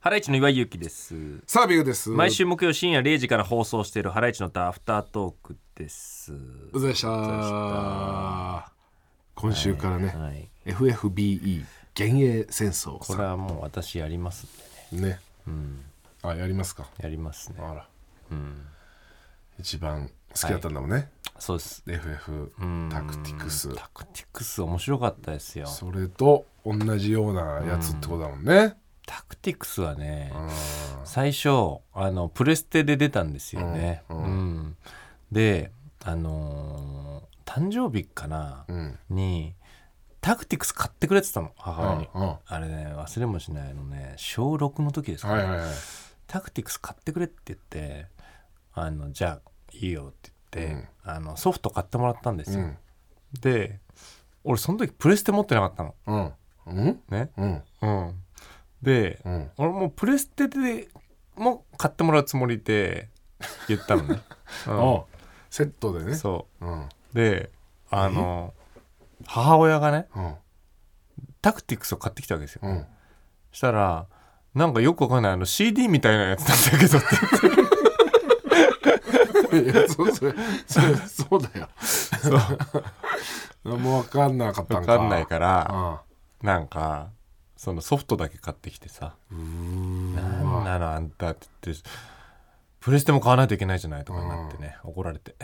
ハライチの岩井ゆきですサービューです。毎週木曜深夜0時から放送しているハライチのタアフタートークですうざいしたうざいした今週からね、はい、 FFBE 幻影戦争こされはもう私やりますんでねんね、あやりますかやりますねあら、一番好きだったんだもんね、そうです FF タクティクスタクティクス面白かったですよそれと同じようなやつってことだもんね、タクティクスはねうん最初あのプレステで出たんですよね、ううんんうんであのー誕生日かな、うんにタクティクス買ってくれてたの母親に、うんうんあれね忘れもしないのね小6の時ですかはね、いはいはいタクティクス買ってくれって言ってあのじゃあいいよって言って、あのソフト買ってもらったんですうよ、んで俺その時プレステ持ってなかったのうんうんねうんうんで、うん俺もうプレステでも買ってもらうつもりで言ったの ね、おセットでうんねそうんうであの母親がねうんタクティクスを買ってきたわけですよ、うんしたらなんかよくわかんないあの CD みたいなやつなんだけどって言っていやそうそれそれそうだよもう分かんなかったんわかかんないからあなんかそのソフトだけ買ってきてさ「あうーなんわなのあんた」って言って「プレステも買わないといけないじゃない」とかになってね怒られて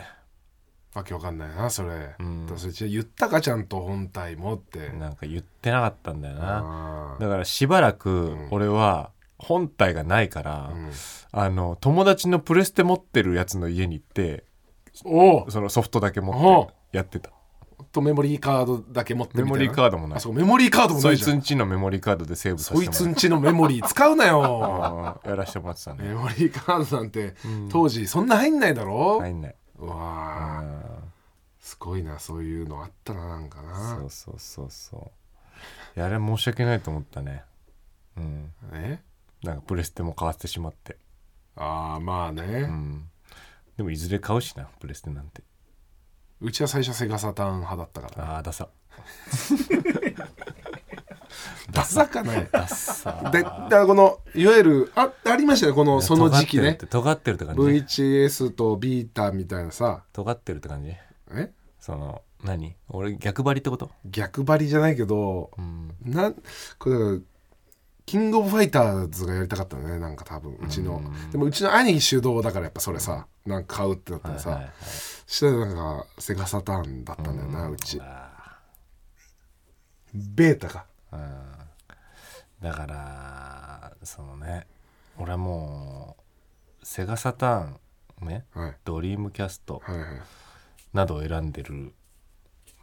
わけわかんないなそれ、うんだからそれじゃあ言ったかちゃんと本体もってなんか言ってなかったんだよなああだからしばらくん俺は本体がないから、うんあの友達のプレステ持ってるやつの家に行っておうそのソフトだけ持おってやってたとメモリーカードだけ持ってみたいなメモリーカードもないあそうメモリーカードもなそいいじゃつんんちのメモリーカードでセーブさせそていもらつんちのメモリー使うなよあーやらせてもらってたメねモリーカードなんて当時そんな入んないだろ、入んないうわあうんすごいなそういうのあったななんかなそうそうそうそういやあれ申し訳ないと思ったねうんねなんかプレステも買わせてしまってああまあうね、んでもいずれ買うしなプレステなんてうちは最初セガサターン派だったからああダサ ダサかないダサでだからこのいわゆるあありましたよこのその時期ね尖ってるって感じ VHS とビータみたいなさ尖ってるって感じえその何俺逆張りってこと逆張りじゃないけどうんなんこれだからキングオブファイターズがやりたかったんだねなんか多分うちのでもうちの兄貴主導だからやっぱそれさなんか買うってなったらさ、はいはいはいしたらなんかセガサターンだったんだよなうちあベータかーうんだからそのね俺はもうセガサターンねはいドリームキャストはいはいなどを選んでる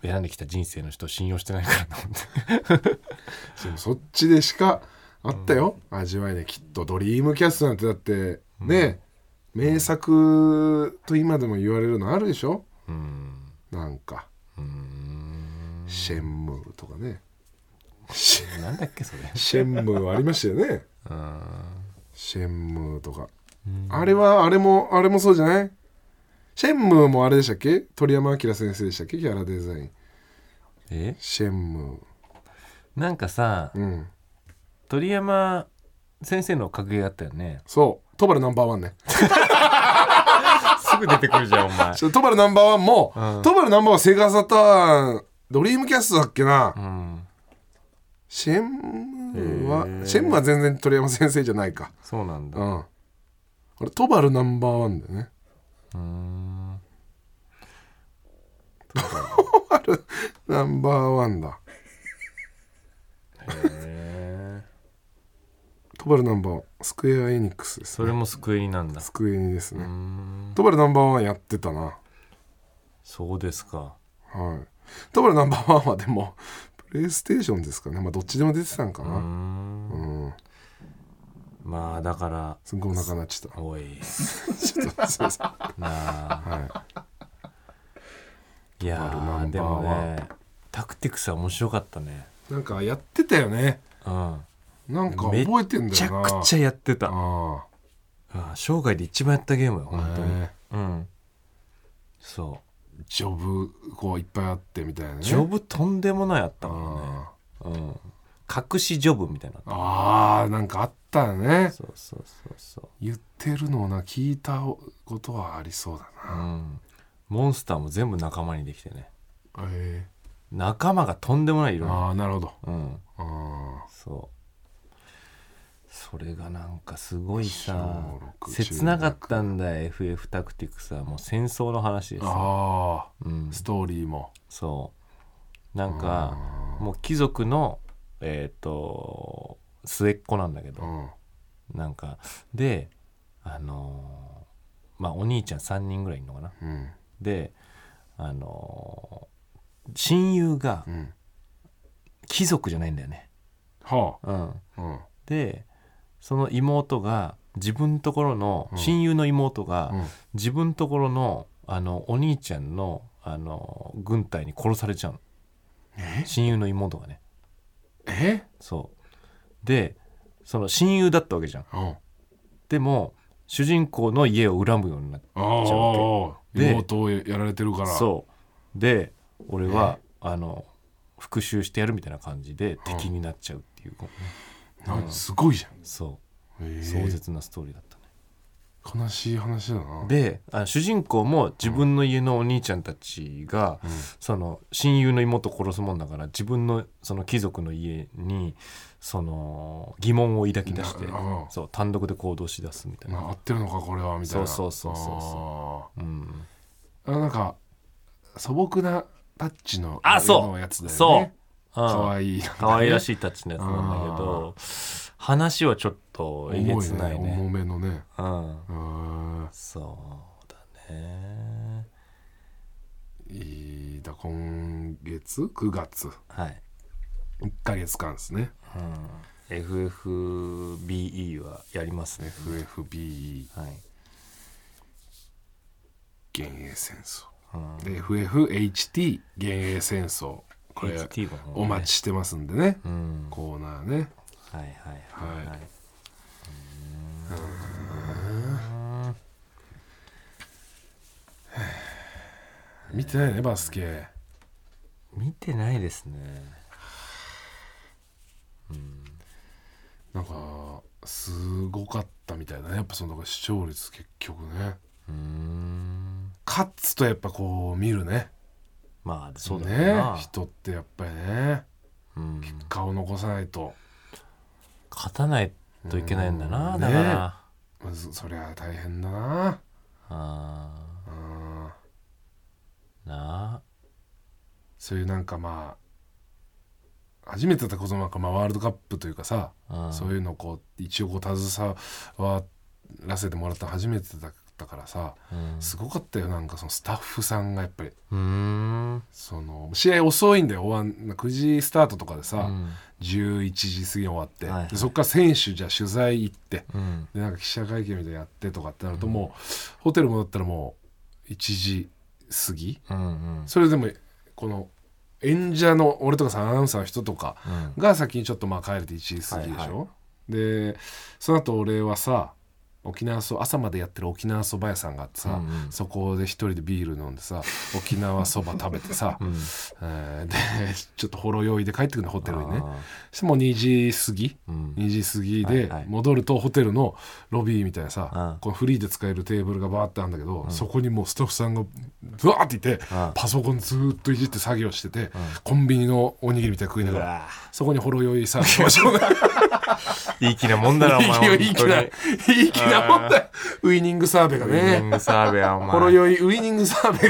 選んできた人生の人を信用してないからな 思ってでもそっちでしかあったよ、味わいねきっとドリームキャストなんてだってね、名作と今でも言われるのあるでしょうんなんかうんシェンムーとかねシェなんだっけそれシェンムーありましたよねうんシェンムーとか、あれはあれもあれもそうじゃないシェンムーもあれでしたっけ鳥山明先生でしたっけキャラデザインえシェンムなんかさーうん鳥山先生の格言あったよねそうトバルナンバーワンねすぐ出てくるじゃんお前ちょっとトバルナンバーワンも、うんトバルナンバーワンセガサターンドリームキャストだっけな、うんシェンムーはへーシェンムーは全然鳥山先生じゃないか そうなんだうんあれトバルナンバーワンだよねうーんナンバーワンだへえトバルナンバーワンスクエアエニックスですそれも救いなんだスクエニですね、うーんトバルナンバーワンやってたなそうですかはいトバルナンバーワンはでもプレイステーションですかねまあどっちでも出てたんかうーな、んうんまあだからすっごいお腹なっちゃったおい ちょっとすいませんなあはいいやバルナーンバーワンでもねタクティクスは面白かったねなんかやってたよねうんなんか覚えてんめだちゃよなくちゃやってたあああ生涯で一番やったゲームよあ本当にねうんそジョブこういっぱいあってみたいなねうジョブとんでもないあったあもんねうん隠しジョブみたいなのあっああなんかあったよたねそうそうそうそ言ってるのをな聞いたことはありそうだう、うん、モンスターも全部仲間にできてねなえ仲間がとんでもないえ色なああなるほどうんあそうそれがなんかすごいさ小六切なかったんだ FF タクティクスはもう戦争の話であさ、あうんー、ストーリーもそうなんかもう貴族のえっ、と末っ子なんだけうどんなんかであのーまあお兄ちゃん3人ぐらいいるのかなうんであのー親友がうん貴族じゃないんだよね、はうん、あうんでその妹が自分ところの親友の妹がうん自分ところのあのお兄ちゃんのあの軍隊に殺されちゃうのえ親友の妹がねえそうでその親友だったわけじゃんうんでも主人公の家を恨むようになってああちゃうで妹をやられてるからそうで俺はあの復讐してやるみたいな感じで敵になっちゃうっていう、なんかすごいじゃん、そえうえ壮絶なストーリーだったね悲しい話だなであ主人公も自分の家のお兄ちゃんたちが、うんその親友の妹を殺すもんだから自分のその貴族の家にその疑問を抱き出してなうんそう単独で行動しだすみたいなな、合ってるのかこれはみたいなそうそうそうそううん、あーあなんか素朴なタッチのあそうのやつだよねそう、うん、可可愛いなんかね愛いらしいタッチのやつなんだけど話はちょっとえげ重ついないねね重めのねうん、うーんそうだねいいだ今月9月はい、 1ヶ月間ですねうん、FFBE はやりますね FFB はい、幻影戦争うん、で FFHT 幻影戦争これ HT もねお待ちしてますんでねうんコーナーねはいはいはいははいい。見てないねバスケ見てないですね。なんかすごかったみたいなねやっぱその視聴率結局ねうーん。勝つとやっぱこう見るねまあそうだよな。人ってやっぱりねうん、顔残さないと勝たないといけないんだな。うんだから、ねあまずそりゃ大変だなあうんーなあ。そういうなんかまあ初めてだったことなんかまあワールドカップというかさ、うんそういうのをこう一応こう携わらせてもらったの初めてだったからさうんすごかったよなんかそのスタッフさんがやっぱりうーん。その試合遅いんだよ終わん9時スタートとかでさ、うん11時過ぎに終わって、はいはいでそこから選手じゃあ取材行ってうん。でなんか記者会見みたいなのやってとかってなるともう、ホテル戻ったらもう1時過ぎうんうん。それでもこの演者の俺とかさアナウンサーの人とかうんが先にちょっとまあ帰れて1時過ぎでしょ、はいはでその後俺はさ沖縄そ朝までやってる沖縄そば屋さんがあってさ、うんうんそこで一人でビール飲ん でさ沖縄そば食べてさ、うんえーでちょっとほろ酔いで帰ってくるのホテルにねあそしてもう2時過ぎーうん2時過ぎはいではい戻るとホテルのロビーみたいなうんさこのフリーで使えるテーブルがバーってあるんだけどそこにもうスタッフさんがブワーっていてパソコンずーっといじって作業しててコンビニのおにぎりみたいなの食いうながらわぁそこにほろ酔いさ少々いい気なもんだな、お前いい。気ないい気な本いい気なもんだよウイニングサーベが当にウイニンねグサーベはお前。ほろ酔いウイニングサーベ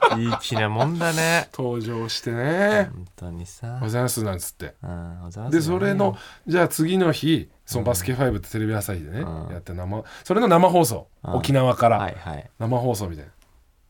あーいい気なもんだね。登場してね本当に「おさはよう。ございます」なんつってうんおざわすでだねそれのじゃあ次の日そのバスケ5ってテレビ朝日でね、うんやって生それの生放送、うん沖縄から、はいはい。生放送みたいな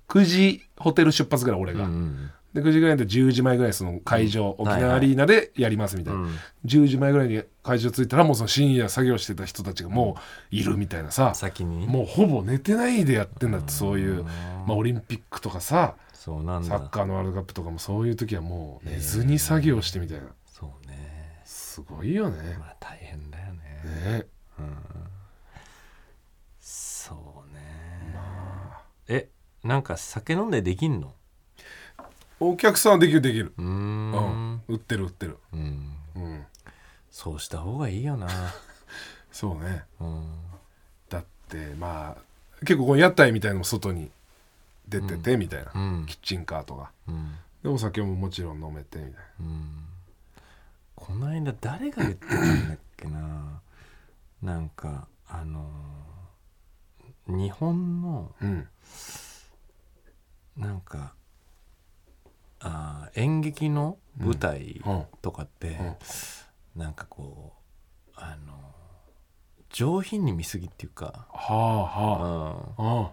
9時ホテル出発ぐらい俺うが、んで9時ぐらいで10時前ぐらいその会場、うん沖はいは縄いアリーナでやりますみたいな、うん10時前ぐらいに会場着いたらもうその深夜作業してた人たちがもういるみたいなさ、先にもうほぼ寝てないでやってんだってそういう、まあ、オリンピックとかさそうなんサッだカーのワールドカップとかもそういう時はもう寝ずに作業してみたいな、そうねすごいよね。まあ大変だよねねそうねえなんか酒飲んでできんのお客さんはできるできる、うーうんん売ってる売ってる、うんうん、そうした方がいいよなそうねうんだってまあ結構この屋台みたいのも外に出ててみたいな、うんキッチンカーとかうんでお酒ももちろん飲めてみたいなうんこの間誰が言ってたんだっけななんかあのー日本のうんなんかあー演劇の舞台うんとかって、なんかこうあのー上品に見すぎっていうか、はあはあああ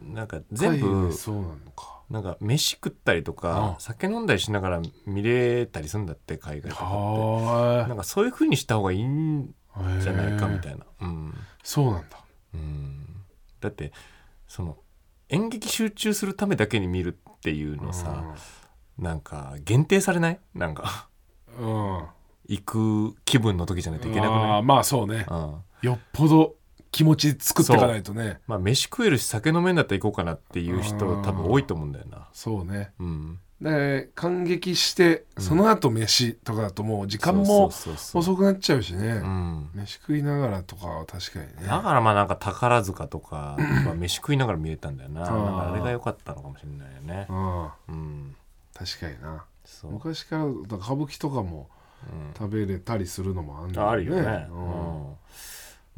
うん、なんか全海部外そうなのかなんか飯食ったりとか、うん酒飲んだりしながら見れたりするんだって海外とかってなはんかそういう風にした方がいいんあじゃないかみたないな、うんそうなんだうん、だってその演劇集中するためだけに見るっていうのさ、なんか限定されないなんか うんうん行く気分の時じゃないといけなくなあいー、まあそうねうん、よっぽど気持ち作っていかないとねまあ飯食えるし酒飲めんだったら行こうかなっていう人うん多分多いと思うんだよなそうねうんで感激してうんその後飯とかだともう時間そうもそうそうそう遅くなっちゃうしねうん飯食いながらとかは確かにねだからまあなんか宝塚とか、まあ、飯食いながら見れたんだよなあだーからあれが良かったのかもしれないよねうんうん確かになそう、う昔からだから歌舞伎とかん、も食べれたりするのもあんだあるよね、ううんん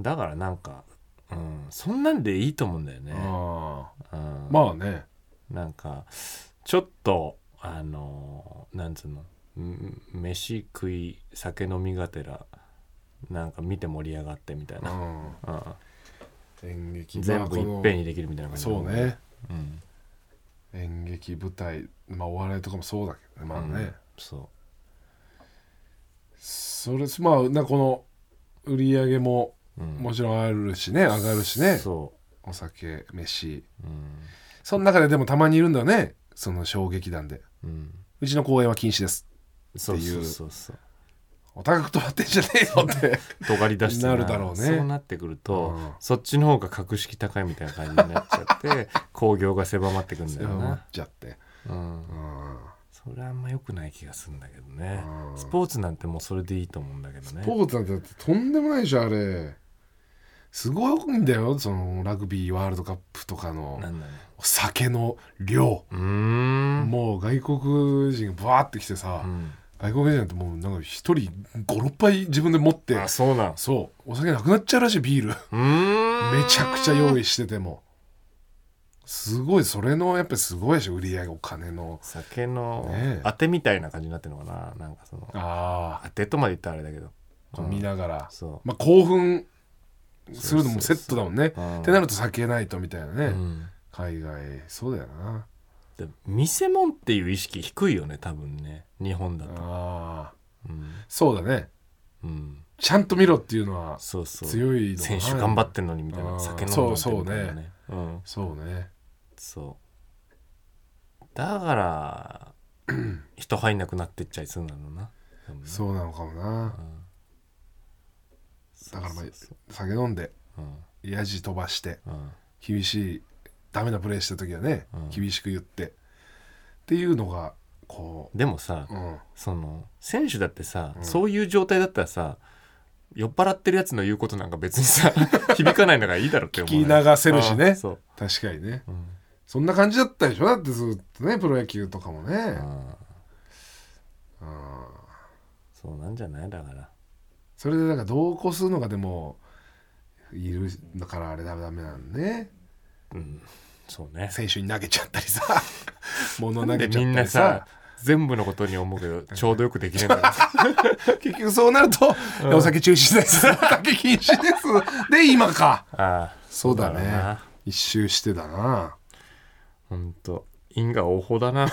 だからなんか、うん、そんなんでいいと思うんだよね、あうんーまあねなんかちょっとあのーなんつうのん飯食い酒飲みがてらなんか見て盛り上がってみたいうな、んう演劇ん、全部いっぺんにできるみたいなまあこの感じそうねうん演劇舞台まあお笑いとかもそうだけどまあね、うんそそれまあなこの売り上げう、うもんもちろんあるしね上がるしねそお酒飯ううん、その中ででもたまにいるんだよねその小劇団でうん、うちの公演は禁止ですそうっていそううそうそうお高く止まってんじゃねえよって 尖り出してなるだろうねそうなってくると、うんそっちの方が格式高いみたいな感じになっちゃって 興行が狭まってくんだよ思っな、ちゃってうんう、んそれはあんま良くない気がするんだけどね、うんスポーツなんてもうそれでいいと思うんだけどねスポーツなんてだってとんでもないでしょあれすごいんだよそのラグビーワールドカップとかのなんだろお酒の量ううーんもう外国人がバーって来てさ、うん外国人なんてもうなんか一人56杯自分で持ってあそうなんそうお酒なくなっちゃうらしいビールうーんめちゃくちゃ用意しててもすごいそれのやっぱりすごいでしょ売り上げお金の酒のねえ当てみたいな感じになってるのかななんかそのあ当てとまで言ったらあれだけど、あうん見ながら、そまあ、興奮するのもセットだもんねう、うんってなると酒ないとみたいなね、うん海外そうだよなで見せ物っていう意識低いよね多分ね日本だと、ああうんそうだねうん、ちゃんと見ろっていうのはそうそう強いのか選な手頑張ってんのにみたいあーな酒飲んだそうそうみたいなねうんそうねそうだ から人入んなくなってっちゃいそうなのな多分ねそうなのかもなうんだからまあそうそう酒飲んでそうやじ飛ばしてうんうん厳しいダメなプレーした時はね、うん厳しく言ってっていうのがこでもさう、うん、その選手だってさ、うんそういう状態だったらさ酔っ払ってるやつの言うことなんか別に さ響かないんだからいいだろって聞思うき流せるしあねーそう、確かにねうんそんな感じだったでしょだってずっとねプロ野球とかもねあーうんそうなんじゃないだからそれでなんか同行するのがでもいるだからあれダメダメなんねうんそうね選手に投げちゃった りさ物な投んでげちみゃんったなりささ全部のことに思うけどちょうどよくできないん だよ結局そうなると、お酒中止ですお酒禁止ですで今かああそうだそうだろうねな一周してだなほんと因果応報だな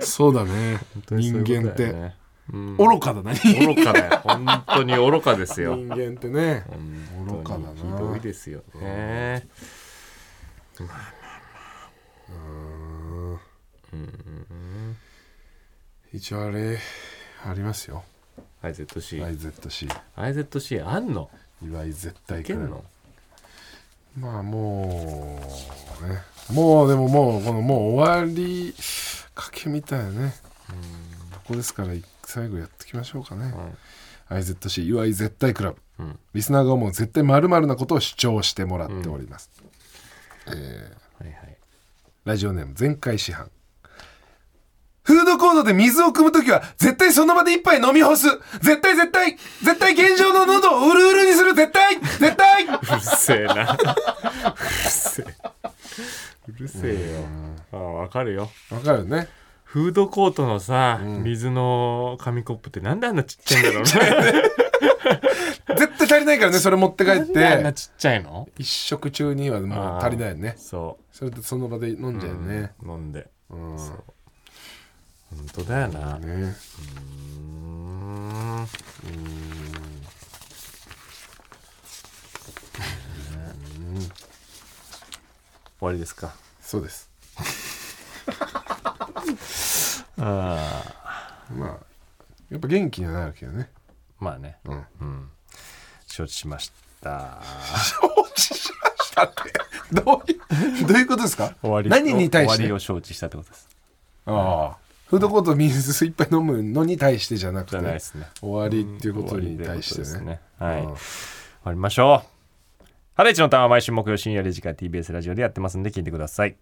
そうだね本当に人そういうこ間っとだよてねうん愚かだな人愚かだよ本当に愚かですよ間ってねうん愚かだな本当にひどいですよねうん一応あれありますよ IZC IZC IZC あんの岩井絶対いけくんらいのまあもうねもうでももうこのもう終わりかけみたいなねこですからい最後やっときましょうかね、はい IZC いわい絶対クラブうんリスナーが思う絶対まるなことを主張してもらっております、えーはいはいラジオネーム全開市販フードコートで水を汲むときは絶対その場で一杯飲み干す絶対絶対絶対現状の喉をうるうるにする絶対絶対うるせえ なうるせえうるせえよあわかるよわかるねフードコートのさ、水の紙コップってなんであんなちっちゃいんだろうね絶対足りないからねそれ持って帰なっんであんなてちっちゃいの一食中にはもう足りないよねそそれでその場で飲んう、じゃうよねうん飲んでうん、そう本当だよな、ねうーん終わりですかそうです あまあやっぱ元気にはなるけどねまあねうんうん承知しました承知しましたってどういうどういうことですか終わり何に対し終わてりを承知したってことですああフードコート水いっぱい飲むのに対してじゃなくじてゃないでねすね終わりっていうことに終わりと対しいうことですてねはい、うん終わりましょうハライチのターンは毎週木曜深夜0時から TBS ラジオでやってますんで聞いてください